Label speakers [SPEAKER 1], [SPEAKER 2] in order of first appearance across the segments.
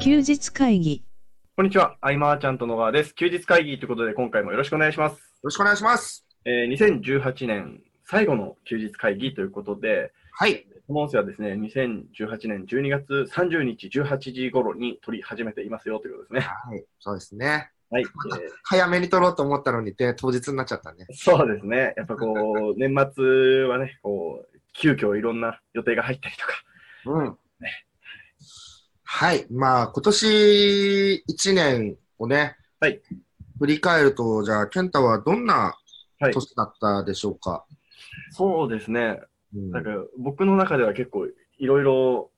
[SPEAKER 1] 休日会議
[SPEAKER 2] こんにちは、アイマーちゃんと野川です。休日会議ということで、今回もよろしくお願いします。
[SPEAKER 3] ろしくお願いします。
[SPEAKER 2] えー2018年最後の休日会議ということで、
[SPEAKER 3] はい。
[SPEAKER 2] この音声はですね、2018年12月30日18時頃に撮り始めていますよということですね。
[SPEAKER 3] はい。そうですね。
[SPEAKER 2] はい。
[SPEAKER 3] 早めに撮ろうと思ったのに、で、当日になっちゃったね
[SPEAKER 2] え。ーそうですね。やっぱ こう、年末はね、こう、急遽いろんな予定が入ったりとか。
[SPEAKER 3] うん。はい。まあ、今年1年をね、
[SPEAKER 2] はい。
[SPEAKER 3] 振り返ると、じゃあ、健太はどんな
[SPEAKER 2] はい
[SPEAKER 3] 年だったでしょうか。
[SPEAKER 2] そうですね。
[SPEAKER 3] うん
[SPEAKER 2] なんか僕の中では結構いろいろ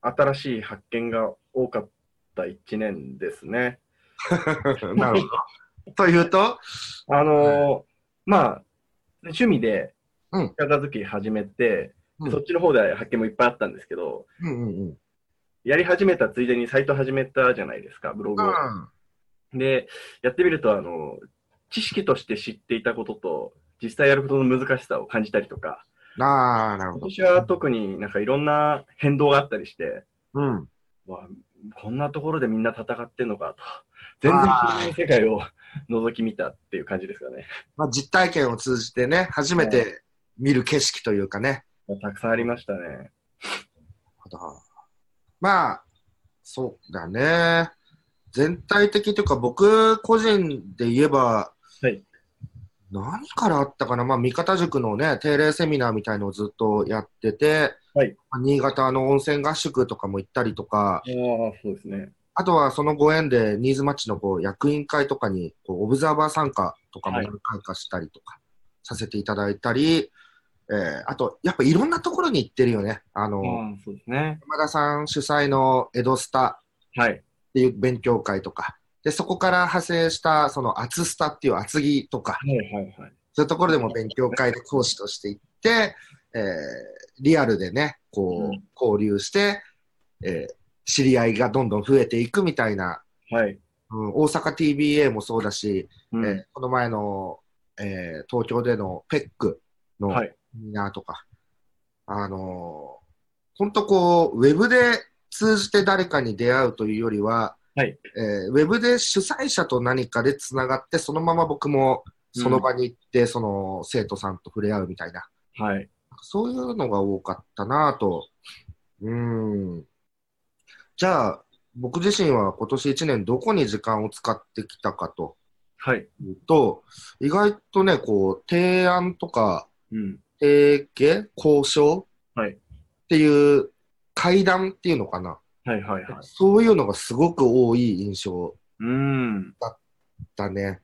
[SPEAKER 2] 新しい発見が多かった一年ですね。
[SPEAKER 3] なるほど。というと、
[SPEAKER 2] あのーまあ、趣味で
[SPEAKER 3] うん
[SPEAKER 2] 片付き始めて、
[SPEAKER 3] うん
[SPEAKER 2] そっちの方で発見もいっぱいあったんですけど、
[SPEAKER 3] うんうんうん。
[SPEAKER 2] やり始めたついでにサイト始めたじゃないですか、ブログを。で、やってみると、あの、知識として知っていたことと、実際やることの難しさを感じたりとか、
[SPEAKER 3] ああ、なるほ
[SPEAKER 2] 今
[SPEAKER 3] ど。
[SPEAKER 2] 年は特になんかいろんな変動があったりして、
[SPEAKER 3] うん。
[SPEAKER 2] わこんなところでみんな戦ってんのかと。全然知らない世界を 覗き見たっていう感じですかね。
[SPEAKER 3] まあ、実体験を通じてね、初めて見る景色というかね。
[SPEAKER 2] たくさんありましたね。
[SPEAKER 3] なるほどまあ、そうだね。全体的というか、僕個人で言えば、
[SPEAKER 2] はい
[SPEAKER 3] 何からあったかな、まあ、三方塾のね、定例セミナーみたいのをずっとやってて、
[SPEAKER 2] はい
[SPEAKER 3] まあ新潟の温泉合宿とかも行ったりとか
[SPEAKER 2] あ、あ、そうですね。
[SPEAKER 3] あとはそのご縁で、新津町のこう役員会とかにこう、オブザーバー参加とかも
[SPEAKER 2] はい
[SPEAKER 3] 何回かしたりとか、させていただいたり、えーあと、やっぱいろんなところに行ってるよね。あの、
[SPEAKER 2] ああ、そうですね。
[SPEAKER 3] 山田さん主催の江戸スタ
[SPEAKER 2] はい。
[SPEAKER 3] っていう勉強会とか、で、そこから派生した、その厚スタっていう厚着とか、
[SPEAKER 2] はいはいはい。
[SPEAKER 3] そういうところでも勉強会で講師として行って、えーリアルでね、こ
[SPEAKER 2] う
[SPEAKER 3] う、交流して、えー知り合いがどんどん増えていくみたいな、
[SPEAKER 2] はい。
[SPEAKER 3] うん、大阪 TBA もそうだし、
[SPEAKER 2] うん
[SPEAKER 3] えーこの前の、えー東京での PEC の、
[SPEAKER 2] はい。
[SPEAKER 3] いいなとか、あのー、本当こう、ウェブで通じて誰かに出会うというよりは、
[SPEAKER 2] はい
[SPEAKER 3] えーウェブで主催者と何かでつながって、そのまま僕もその場に行って、その生徒さんと触れ合うみたいな、
[SPEAKER 2] はい。
[SPEAKER 3] そういうのが多かったなぁと。うーん。じゃあ、僕自身は今年1年どこに時間を使ってきたかと
[SPEAKER 2] はい。
[SPEAKER 3] いうと、意外とね、こう、提案とか、
[SPEAKER 2] うん。
[SPEAKER 3] 提携交渉、
[SPEAKER 2] はい
[SPEAKER 3] っていう会談っていうのかな、
[SPEAKER 2] はいはいはい。
[SPEAKER 3] そういうのがすごく多い印象
[SPEAKER 2] うん。
[SPEAKER 3] だね。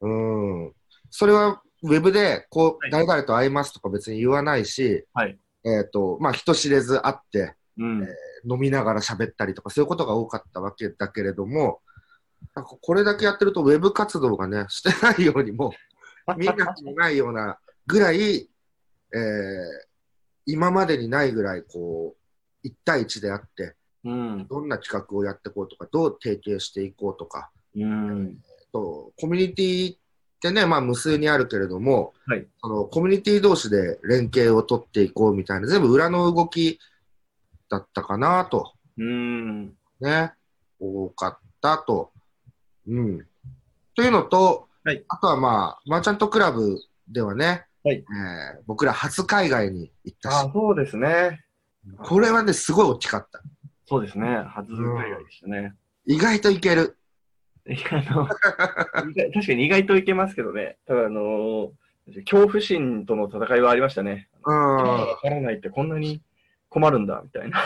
[SPEAKER 3] うん。それはウェブで、こ
[SPEAKER 2] は
[SPEAKER 3] う、
[SPEAKER 2] い
[SPEAKER 3] 誰々と会いますとか別に言わないし、
[SPEAKER 2] はい
[SPEAKER 3] えっ、と、まあ、人知れず会って、
[SPEAKER 2] うん。
[SPEAKER 3] 飲みながら喋ったりとか、そういうことが多かったわけだけれども、なんかこれだけやってると、ウェブ活動がね、してないようにも、みんなもないようなぐらい、えー今までにないぐらい、こう、1対1であって、
[SPEAKER 2] うん。
[SPEAKER 3] どんな企画をやっていこうとか、どう提携していこうとか、
[SPEAKER 2] うん。
[SPEAKER 3] あとコミュニティってね、まあ無数にあるけれども、
[SPEAKER 2] はい
[SPEAKER 3] そのコミュニティ同士で連携を取っていこうみたいな、全部裏の動きだったかなと、
[SPEAKER 2] うん。
[SPEAKER 3] ね、多かったと。うん。というのと、
[SPEAKER 2] はい
[SPEAKER 3] あとはまあ、マーチャントクラブではね、
[SPEAKER 2] はい
[SPEAKER 3] えー僕ら初海外に行った
[SPEAKER 2] あ
[SPEAKER 3] し
[SPEAKER 2] あ、、そうですね。
[SPEAKER 3] これはね、すごい大きかった。
[SPEAKER 2] そうですね。初海外でした ね。
[SPEAKER 3] 意外といける。
[SPEAKER 2] いやあの意外確かに意外といけますけどね。ただ、あのー恐怖心との戦いはありましたね。
[SPEAKER 3] う
[SPEAKER 2] わ
[SPEAKER 3] ん。
[SPEAKER 2] からないってこんなに困るんだ、みたいな。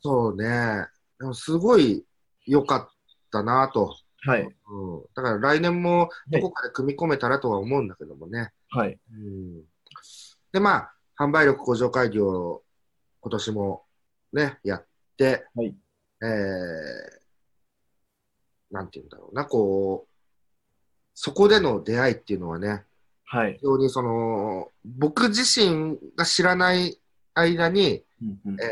[SPEAKER 3] そうね。でもすごい良かったなと。
[SPEAKER 2] はい。
[SPEAKER 3] うん、だから来年も
[SPEAKER 2] は
[SPEAKER 3] ど
[SPEAKER 2] い
[SPEAKER 3] こかで組み込めたらとは思うんだけどもね。
[SPEAKER 2] はい。
[SPEAKER 3] うん、で、まあ、販売力向上会議を今年もね、やって、
[SPEAKER 2] はい
[SPEAKER 3] えー、なんていうんだろうな、こう、そこでの出会いっていうのはね、
[SPEAKER 2] はい。
[SPEAKER 3] 非常にその、僕自身が知らない間に、
[SPEAKER 2] うんうん
[SPEAKER 3] えー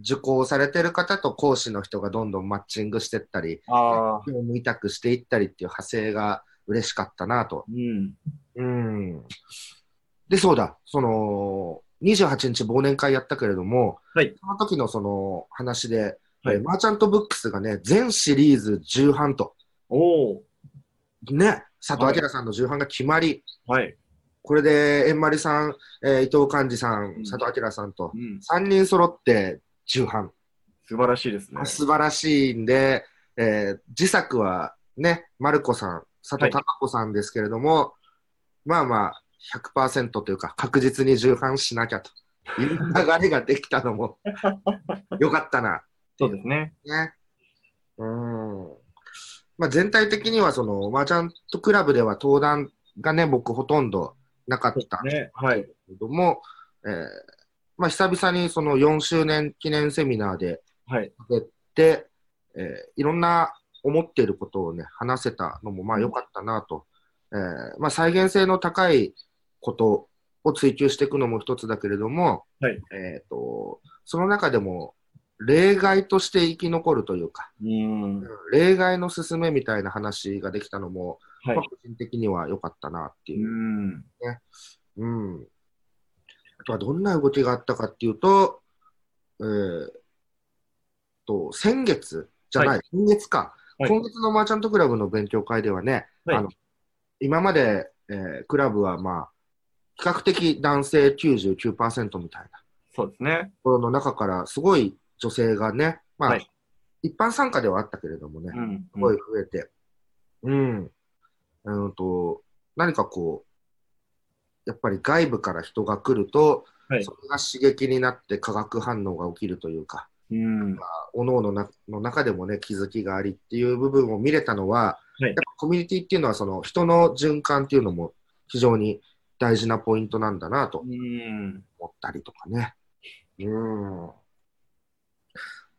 [SPEAKER 3] 受講されてる方と講師の人がどんどんマッチングしてったり、
[SPEAKER 2] ああ。
[SPEAKER 3] 業務委託していったりっていう派生が嬉しかったなと。
[SPEAKER 2] うん。
[SPEAKER 3] うん。で、そうだ、その、28日忘年会やったけれども、
[SPEAKER 2] はい
[SPEAKER 3] その時のその話で、
[SPEAKER 2] はい
[SPEAKER 3] えーマーチャントブックスがね、全シリーズ重版と、
[SPEAKER 2] おお
[SPEAKER 3] ね、佐藤明さんの重版が決まり、
[SPEAKER 2] はい。
[SPEAKER 3] これで、円丸さん、えー伊藤寛治さ
[SPEAKER 2] うん
[SPEAKER 3] ん、佐藤明さんと
[SPEAKER 2] う、ん。
[SPEAKER 3] 3人揃って重版。
[SPEAKER 2] 素晴らしいですね。
[SPEAKER 3] 素晴らしいんで、えー次作はね、マルコさん、佐藤孝子さんですけれども、まあまあ、100%というか、確実に重版しなきゃという流れができたのも、よかったな、
[SPEAKER 2] そうですね。
[SPEAKER 3] ね。うん。まあ、全体的には、その、マーチャントクラブでは登壇がね、僕ほとんどなかった
[SPEAKER 2] ね。はい。
[SPEAKER 3] けども、えーまあ、久々にその4周年記念セミナーで
[SPEAKER 2] はい。
[SPEAKER 3] 出て、えーいろんな思っていることをね、話せたのもまあ良かったなと、えーまあ、再現性の高いことを追求していくのも一つだけれども、
[SPEAKER 2] はい
[SPEAKER 3] えー、とその中でも例外として生き残るというか、
[SPEAKER 2] うん。
[SPEAKER 3] 例外の勧めみたいな話ができたのも、
[SPEAKER 2] はい
[SPEAKER 3] まあ。個人的には良かったなっていうう。
[SPEAKER 2] ん。
[SPEAKER 3] うん。あとはどんな動きがあったかっていうと、えー、と、先月じゃない、
[SPEAKER 2] はい
[SPEAKER 3] 今月か、
[SPEAKER 2] はい
[SPEAKER 3] 今月のマーチャントクラブの勉強会ではね、
[SPEAKER 2] はい
[SPEAKER 3] あの今まで、えークラブはまあ、比較的男性99%みたいな
[SPEAKER 2] そうですね
[SPEAKER 3] と。ころの中から、すごい女性がね、まあ、
[SPEAKER 2] はい
[SPEAKER 3] 一般参加ではあったけれどもね、
[SPEAKER 2] うん。
[SPEAKER 3] すごい増えて、うん、うんと何かこう、やっぱり外部から人が来ると、
[SPEAKER 2] はい
[SPEAKER 3] それが刺激になって化学反応が起きるというか、
[SPEAKER 2] うん。
[SPEAKER 3] おのおのなの中でもね、気づきがありっていう部分を見れたのは、
[SPEAKER 2] い
[SPEAKER 3] やっぱコミュニティっていうのは、その人の循環っていうのも非常に大事なポイントなんだなと
[SPEAKER 2] うん。
[SPEAKER 3] 思ったりとかね。うん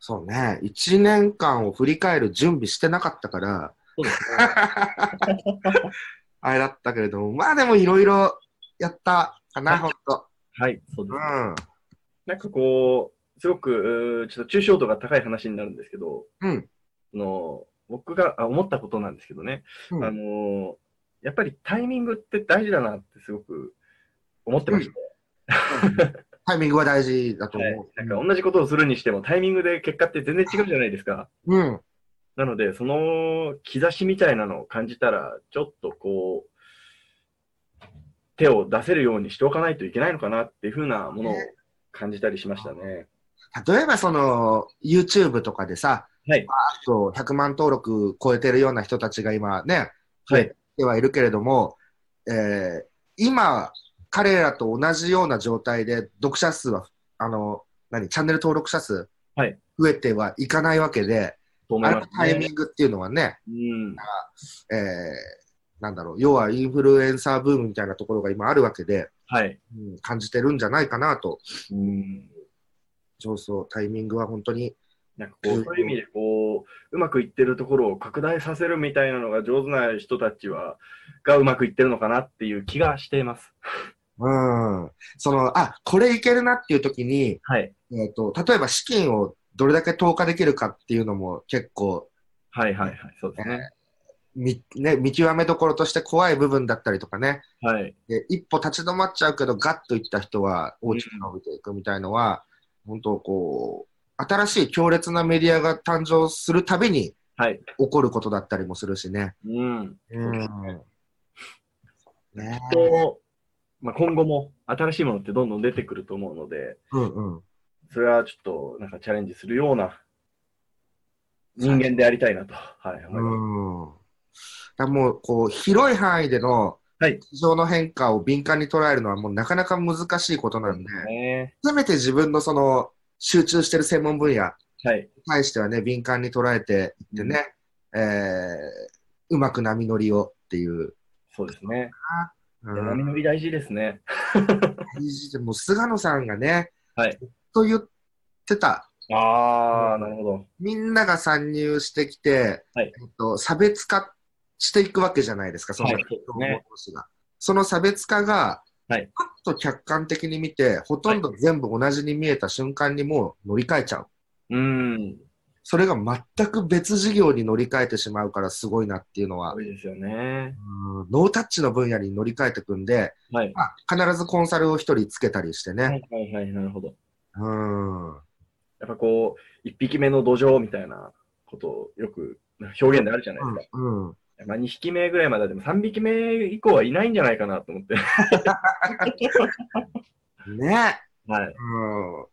[SPEAKER 3] そうね、1年間を振り返る準備してなかったから、
[SPEAKER 2] そう ですね。
[SPEAKER 3] あれだったけれども、まあでもいろいろやったか
[SPEAKER 2] はい
[SPEAKER 3] な、ほんと。
[SPEAKER 2] はい。そうですね。
[SPEAKER 3] うん。
[SPEAKER 2] なんかこう、すごく、うーちょっと抽象度が高い話になるんですけど、
[SPEAKER 3] うん。
[SPEAKER 2] あの僕があ思ったことなんですけどね、
[SPEAKER 3] うん
[SPEAKER 2] あの、やっぱりタイミングって大事だなってすごく思ってまして、
[SPEAKER 3] タイミングは大事だと
[SPEAKER 2] はい
[SPEAKER 3] 思
[SPEAKER 2] なんか同じことをするにしてもタイミングで結果って全然違うじゃないですか。
[SPEAKER 3] う。うん。
[SPEAKER 2] なので、その兆しみたいなのを感じたら、ちょっとこう、手を出せるようにしておかないといけないのかなっていうふうなものを感じたりしましたね。
[SPEAKER 3] 例えばその、YouTube とかでさ、
[SPEAKER 2] はい
[SPEAKER 3] バーッと100万登録超えてるような人たちが今ね、
[SPEAKER 2] はい。
[SPEAKER 3] ではいるけれども、えー今、彼らと同じような状態で、読者数は、あの、何、チャンネル登録者数、
[SPEAKER 2] はい
[SPEAKER 3] 増えてはいかないわけで、
[SPEAKER 2] と思
[SPEAKER 3] あ
[SPEAKER 2] い
[SPEAKER 3] れ
[SPEAKER 2] ま
[SPEAKER 3] の
[SPEAKER 2] す
[SPEAKER 3] タイミ
[SPEAKER 2] ね。
[SPEAKER 3] ングっていうのはね、
[SPEAKER 2] うん。
[SPEAKER 3] えーなんだろう、要はインフルエンサーブームみたいなところが今あるわけで、
[SPEAKER 2] はい。
[SPEAKER 3] うん感じてるんじゃないかなと、
[SPEAKER 2] うん
[SPEAKER 3] そうそう、タイミングは本当に、
[SPEAKER 2] なんかこ
[SPEAKER 3] う
[SPEAKER 2] うんそういう意味でこううまくいってるところを拡大させるみたいなのが上手な人たちはがうまくいってるのかなっていう気がしています。
[SPEAKER 3] うん、その、あ、これいけるなっていう時に、
[SPEAKER 2] はい、
[SPEAKER 3] えっ、と、例えば資金をどれだけ投下できるかっていうのも結構、
[SPEAKER 2] はいはいはいそうですね。
[SPEAKER 3] み、ね、見極めどころとして怖い部分だったりとかね、
[SPEAKER 2] はい、
[SPEAKER 3] で一歩立ち止まっちゃうけど、ガッといった人は大きく伸びていくみたいのは、本当こう、新しい強烈なメディアが誕生するたびに、
[SPEAKER 2] はい、
[SPEAKER 3] 起こることだったりもするしね。
[SPEAKER 2] うん。
[SPEAKER 3] うん。ねえ
[SPEAKER 2] と、まあ、今後も新しいものってどんどん出てくると思うので、
[SPEAKER 3] うんうん。
[SPEAKER 2] それはちょっとなんかチャレンジするような人間でありたいなと、はい、思います。
[SPEAKER 3] うん。だからもう、こう、広い範囲での、
[SPEAKER 2] はい
[SPEAKER 3] 市場の変化を敏感に捉えるのはもうなかなか難しいことなんで、
[SPEAKER 2] ね
[SPEAKER 3] せめて自分のその、集中してる専門分野に
[SPEAKER 2] はい、
[SPEAKER 3] 対してはね、敏感に捉えていってね、えー、うまく波乗りをっていう。
[SPEAKER 2] そうですね。
[SPEAKER 3] う
[SPEAKER 2] いや波
[SPEAKER 3] ん、
[SPEAKER 2] 乗り大事ですね。
[SPEAKER 3] 大事でもう菅野さんがね、
[SPEAKER 2] はい
[SPEAKER 3] ずっと言ってた
[SPEAKER 2] ああ、なるほど。
[SPEAKER 3] みんなが参入してきて、
[SPEAKER 2] はい
[SPEAKER 3] えっと、差別化していくわけじゃないですか、その
[SPEAKER 2] はいそうですね
[SPEAKER 3] 同士がその差別化が、
[SPEAKER 2] はい
[SPEAKER 3] パッと客観的に見て、ほとんど全部同じに見えた瞬間にもう乗り換えちゃう。
[SPEAKER 2] うん、
[SPEAKER 3] それが全く別事業に乗り換えてしまうからすごいなっていうのは、
[SPEAKER 2] 多いですよね。
[SPEAKER 3] うんノータッチの分野に乗り換えてくんで、
[SPEAKER 2] はい。
[SPEAKER 3] まあ必ずコンサルを一人つけたりしてね、
[SPEAKER 2] はいはいはい、なるほど。
[SPEAKER 3] うん
[SPEAKER 2] やっぱこう、一匹目の土壌みたいなことをよく表現であるじゃないですか。
[SPEAKER 3] うん。うん。
[SPEAKER 2] まあ、2匹目ぐらいまででも3匹目以降はいないんじゃないかなと思って。
[SPEAKER 3] ね
[SPEAKER 2] はい。
[SPEAKER 3] うん。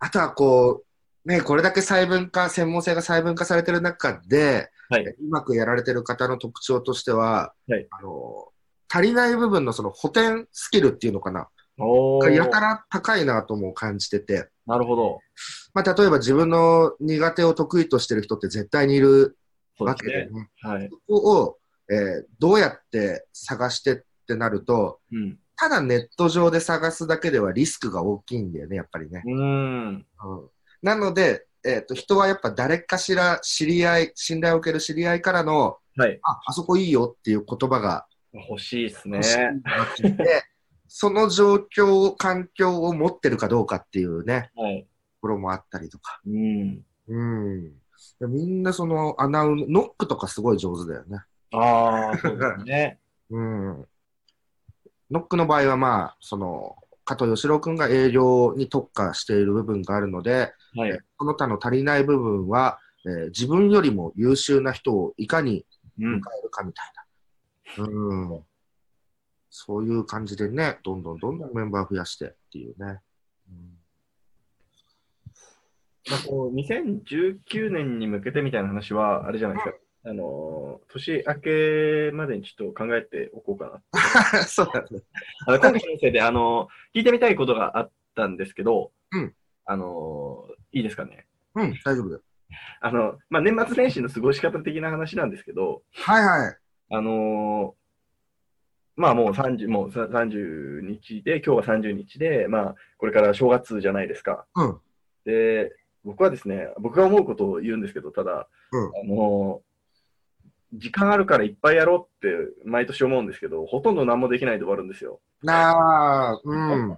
[SPEAKER 3] あとはこう、ね、これだけ細分化、専門性が細分化されてる中で、
[SPEAKER 2] はい。
[SPEAKER 3] うまくやられてる方の特徴としては、
[SPEAKER 2] はい
[SPEAKER 3] あの、足りない部分のその補填スキルっていうのかな。
[SPEAKER 2] お
[SPEAKER 3] が
[SPEAKER 2] ー
[SPEAKER 3] やたら高いなとも感じてて、
[SPEAKER 2] なるほど。
[SPEAKER 3] まあ、例えば自分の苦手を得意としてる人って絶対にいる
[SPEAKER 2] そう
[SPEAKER 3] わ
[SPEAKER 2] で
[SPEAKER 3] け
[SPEAKER 2] す
[SPEAKER 3] で
[SPEAKER 2] ね。
[SPEAKER 3] ね。
[SPEAKER 2] はい。
[SPEAKER 3] そこを、えーどうやって探してってなると、
[SPEAKER 2] うん。
[SPEAKER 3] ただネット上で探すだけではリスクが大きいんだよね、やっぱりね。
[SPEAKER 2] うーん。
[SPEAKER 3] うんなので、えーと、人はやっぱ誰かしら知り合い、信頼を受ける知り合いからの、
[SPEAKER 2] はい。
[SPEAKER 3] あ、あそこいいよっていう言葉が
[SPEAKER 2] 欲しいですね
[SPEAKER 3] 欲。しいなっていて、 その状況、環境を持ってるかどうかっていうね、
[SPEAKER 2] はい。
[SPEAKER 3] ところもあったりとか。
[SPEAKER 2] うん。
[SPEAKER 3] うん。みんなそのアナウンノックとかすごい上手だよね。
[SPEAKER 2] ああ、そうです ね。
[SPEAKER 3] うん。ノックの場合はまあ、その、加藤義郎くんが営業に特化している部分があるので、
[SPEAKER 2] はい。
[SPEAKER 3] その他の足りない部分は、えー自分よりも優秀な人をいかに
[SPEAKER 2] う
[SPEAKER 3] 迎
[SPEAKER 2] ん。
[SPEAKER 3] えるかみたいな。うん。そういう感じでね、どんどんどんどんメンバー増やしてっていうね。うん
[SPEAKER 2] まあ、こう2019年に向けてみたいな話は、あれじゃないですか。あのー年明けまでにちょっと考えておこうかな。
[SPEAKER 3] そうだね。
[SPEAKER 2] あの今期先生で、あのー聞いてみたいことがあったんですけど、
[SPEAKER 3] うん
[SPEAKER 2] あのーいいですかね。
[SPEAKER 3] うん、大丈夫だよ。
[SPEAKER 2] あの、まあ、年末年始の過ごし方的な話なんですけど、
[SPEAKER 3] はいはい。
[SPEAKER 2] あのーまあもう30、もうさ30日で、今日は30日で、まあこれから正月じゃないですか。
[SPEAKER 3] うん。
[SPEAKER 2] で、僕はですね、僕が思うことを言うんですけど、ただ、
[SPEAKER 3] うん
[SPEAKER 2] あのー時間あるからいっぱいやろうって毎年思うんですけど、ほとんど何もできないで終わるんですよ。
[SPEAKER 3] なあ、うん。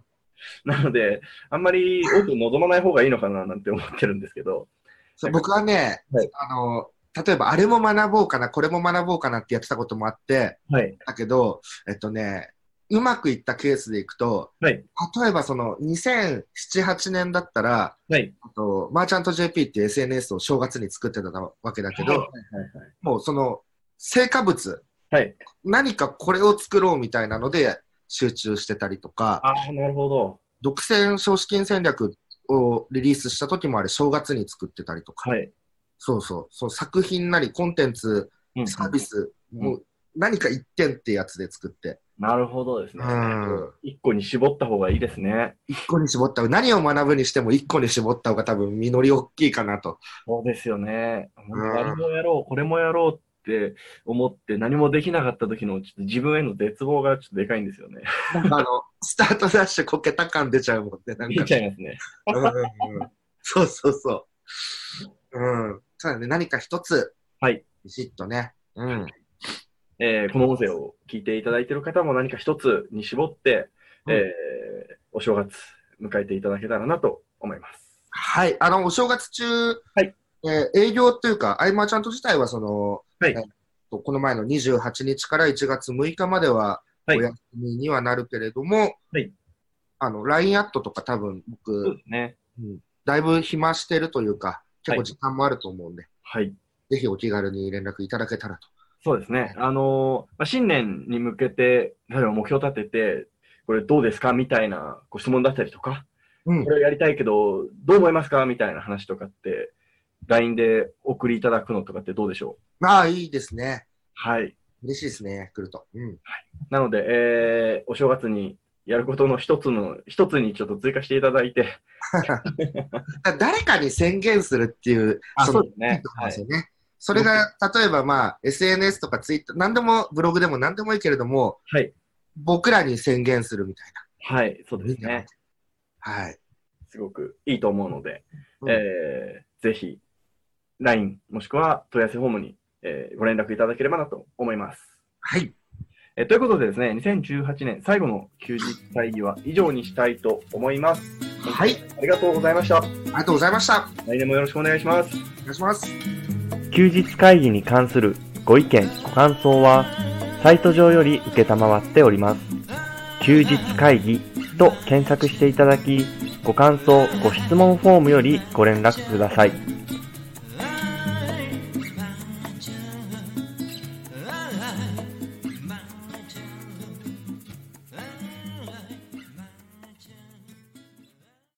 [SPEAKER 2] なので、あんまり多く望まない方がいいのかななんて思ってるんですけど、
[SPEAKER 3] そう僕はね、
[SPEAKER 2] はい
[SPEAKER 3] あの、例えばあれも学ぼうかな、これも学ぼうかなってやってたこともあって、
[SPEAKER 2] はい、
[SPEAKER 3] だけど、えっとね、うまくいったケースでいくと、
[SPEAKER 2] はい
[SPEAKER 3] 例えばその2007、8年だったら、
[SPEAKER 2] はい、
[SPEAKER 3] あとマーチャント JP っていう SNS を正月に作ってたわけだけど、
[SPEAKER 2] はい
[SPEAKER 3] もうその成果物、
[SPEAKER 2] はい。
[SPEAKER 3] 何かこれを作ろうみたいなので集中してたりとか、
[SPEAKER 2] ああ、なるほど。
[SPEAKER 3] 独占少資金戦略をリリースした時もあれ正月に作ってたりとか、
[SPEAKER 2] はい。
[SPEAKER 3] そうそう、その作品なりコンテンツ、
[SPEAKER 2] うん
[SPEAKER 3] サービス、
[SPEAKER 2] ん
[SPEAKER 3] もう何か一点ってやつで作って、
[SPEAKER 2] なるほどですね
[SPEAKER 3] うん。
[SPEAKER 2] 一個に絞った方がいいですね。
[SPEAKER 3] 一個に絞った、何を学ぶにしても一個に絞った方が多分実り大きいかなと。
[SPEAKER 2] そうですよね。本
[SPEAKER 3] うん
[SPEAKER 2] 当あれもやろう、これもやろうって思って何もできなかった時のちょっと自分への絶望がちょっとでかいんですよね。
[SPEAKER 3] なんかあの、スタートダッシュこけた感出ちゃうもんね、なん
[SPEAKER 2] 見
[SPEAKER 3] か
[SPEAKER 2] ち。ゃいますね。
[SPEAKER 3] うんうんうんそうそうそう。うん。そうだね、何か一つ、
[SPEAKER 2] はい。
[SPEAKER 3] ビシッとね。うん。
[SPEAKER 2] えーこの音声を聞いていただいている方も何か一つに絞って、
[SPEAKER 3] うん
[SPEAKER 2] えーお正月迎えていただけたらなと思います。
[SPEAKER 3] はい。あの、お正月中、
[SPEAKER 2] はい
[SPEAKER 3] えー営業というか、アイマーちゃんと自体は、その、
[SPEAKER 2] はい
[SPEAKER 3] えーとこの前の28日から1月6日までは、お
[SPEAKER 2] はい
[SPEAKER 3] 休みにはなるけれども、
[SPEAKER 2] はい
[SPEAKER 3] あの、LINE アットとか多分僕、
[SPEAKER 2] そうですね。
[SPEAKER 3] だいぶ暇してるというか、結
[SPEAKER 2] は
[SPEAKER 3] 構
[SPEAKER 2] い
[SPEAKER 3] 時間もあると思うんで、
[SPEAKER 2] はい。
[SPEAKER 3] ぜひお気軽に連絡いただけたらと。
[SPEAKER 2] そうですね。あのーまあ、新年に向けて、例えば目標立てて、これどうですかみたいなご質問だったりとか、
[SPEAKER 3] う ん
[SPEAKER 2] こ。れやりたいけど、どう思いますかみたいな話とかって、LINE で送りいただくのとかってどうでしょう
[SPEAKER 3] まあ、いいですね。
[SPEAKER 2] はい。
[SPEAKER 3] 嬉しいですね、来ると。うん。
[SPEAKER 2] なので、えーお正月にやることの一つの、一つにちょっと追加していただいて、
[SPEAKER 3] だ誰かに宣言するっていう、
[SPEAKER 2] あ
[SPEAKER 3] の
[SPEAKER 2] そうですね
[SPEAKER 3] いいと思うんですよね。それが、例えばまあ、SNS とか Twitter、何でも、ブログでも何でもいいけれども、
[SPEAKER 2] はい。
[SPEAKER 3] 僕らに宣言するみたい
[SPEAKER 2] はい、そう
[SPEAKER 3] な。
[SPEAKER 2] ですね。
[SPEAKER 3] はい。
[SPEAKER 2] すごくいいと思うので、
[SPEAKER 3] うん
[SPEAKER 2] えーぜひ、LINE、もしくは問い合わせフォームに、えーご連絡いただければなと思います。
[SPEAKER 3] はい。
[SPEAKER 2] えーということでですね、2018年最後の休日会議は以上にしたいと思います。
[SPEAKER 3] はい。
[SPEAKER 2] ありがとうございました。
[SPEAKER 3] ありがとうございました。
[SPEAKER 2] 来年もよろしくお願いします。
[SPEAKER 3] お願いします。
[SPEAKER 2] 休日会議に関するご意見、ご感想は、サイト上より受けたまわっております。休日会議と検索していただき、ご感想、ご質問フォームよりご連絡ください。